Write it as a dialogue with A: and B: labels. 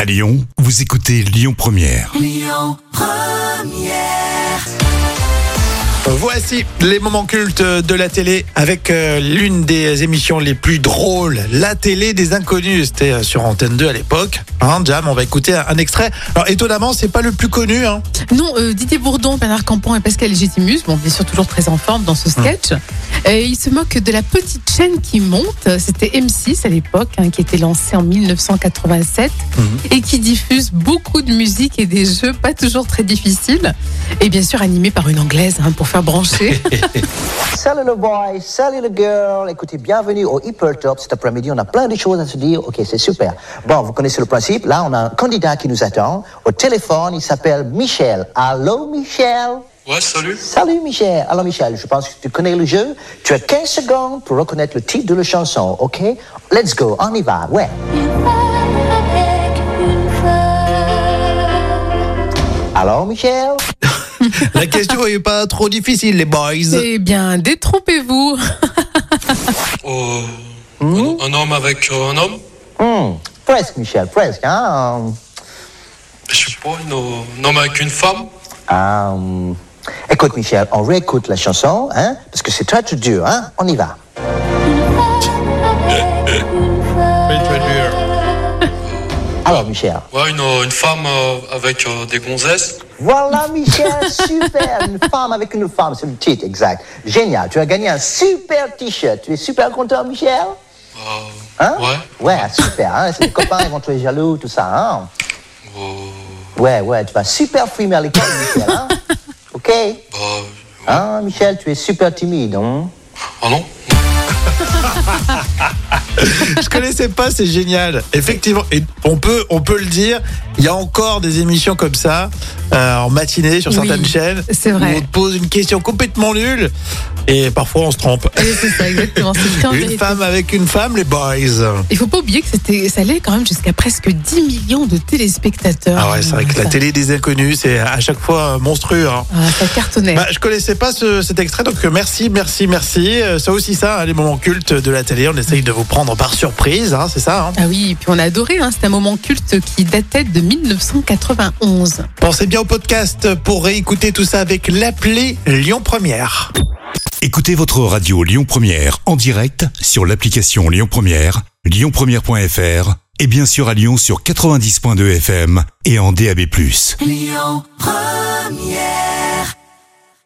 A: À Lyon, vous écoutez Lyon Première.
B: Voici les moments cultes de la télé avec euh, l'une des émissions les plus drôles, la télé des inconnus. C'était euh, sur Antenne 2 à l'époque. Hein, Jam, on va écouter un, un extrait. Alors étonnamment, c'est pas le plus connu. Hein.
C: Non, euh, Didier Bourdon, Bernard Campan et Pascal Légitimus, bon, bien sûr toujours très en forme dans ce
B: Hum.
C: sketch. Et ils se moquent de la petite chaîne qui monte. C'était M6 à l'époque, hein, qui était lancée en 1987
B: Hum.
C: et qui diffuse beaucoup de musique et des jeux pas toujours très difficiles. Et bien sûr animé par une anglaise hein, pour faire brancher.
D: Salut le boy, salut le girl. Écoutez, bienvenue au Hipper Top. Cet après-midi, on a plein de choses à se dire. Ok, c'est super. Bon, vous connaissez le principe. Là, on a un candidat qui nous attend. Au téléphone, il s'appelle Michel. Allô, Michel
E: Ouais, salut.
D: Salut Michel. Alors Michel, je pense que tu connais le jeu. Tu as 15 secondes pour reconnaître le titre de la chanson, ok Let's go, on y va, ouais. Alors Michel
B: La question est pas trop difficile, les boys.
C: eh bien, détrompez-vous.
E: Oh, un, un homme avec euh, un homme
D: Hmm, Presque Michel, presque, hein
E: Je sais pas, une, euh, un homme avec une femme
D: Ah, hum. écoute, Michel, on réécoute la chanson, hein, parce que c'est très, très dur, hein. On y va. Alors, Michel.
E: Ouais, une, euh, une femme euh, avec euh, des gonzesses
D: Voilà, Michel, super. Une femme avec une femme, c'est le titre, exact. Génial. Tu as gagné un super t-shirt. Tu es super content, Michel?
E: Euh,
D: Hein?
E: Ouais.
D: Ouais, super. Hein? C'est les copains, ils vont te jaloux, tout ça, hein.
E: Oh,
D: Ouais, ouais, tu vas super frimer à l'école, Michel, hein. OK?
E: bah,
D: Hein, Michel, tu es super timide, hein.
E: oh non
B: Je connaissais pas, c'est génial. Effectivement, et on peut, on peut le dire, il y a encore des émissions comme ça euh, en matinée sur
C: Oui,
B: certaines chaînes.
C: c'est vrai.
B: Où on te pose une question complètement nulle et parfois on se trompe.
C: Et c'est ça, exactement. C'est le temps de
B: Une
C: vérité.
B: femme avec une femme, les boys.
C: Il faut pas oublier que c'était, ça allait quand même jusqu'à presque 10 millions de téléspectateurs.
B: Ah ouais, c'est vrai que la
C: Ça-
B: télé des inconnus, c'est à chaque fois monstrueux. hein.
C: Ah, ça cartonnait.
B: Bah, je connaissais pas ce- cet extrait, donc euh, merci, merci, merci. Euh, Ça aussi, ça, hein, les moments cultes de la télé, on essaye de vous prendre par surprise, hein, c'est ça. hein.
C: Ah oui, et puis on a adoré, hein, c'est un moment culte qui datait de 1991.
B: Pensez bien au podcast pour réécouter tout ça avec l'appli Lyon Première.
A: Écoutez votre radio Lyon Première en direct sur l'application Lyon Première, lyonpremière.fr et bien sûr à Lyon sur 90.2 FM et en DAB+.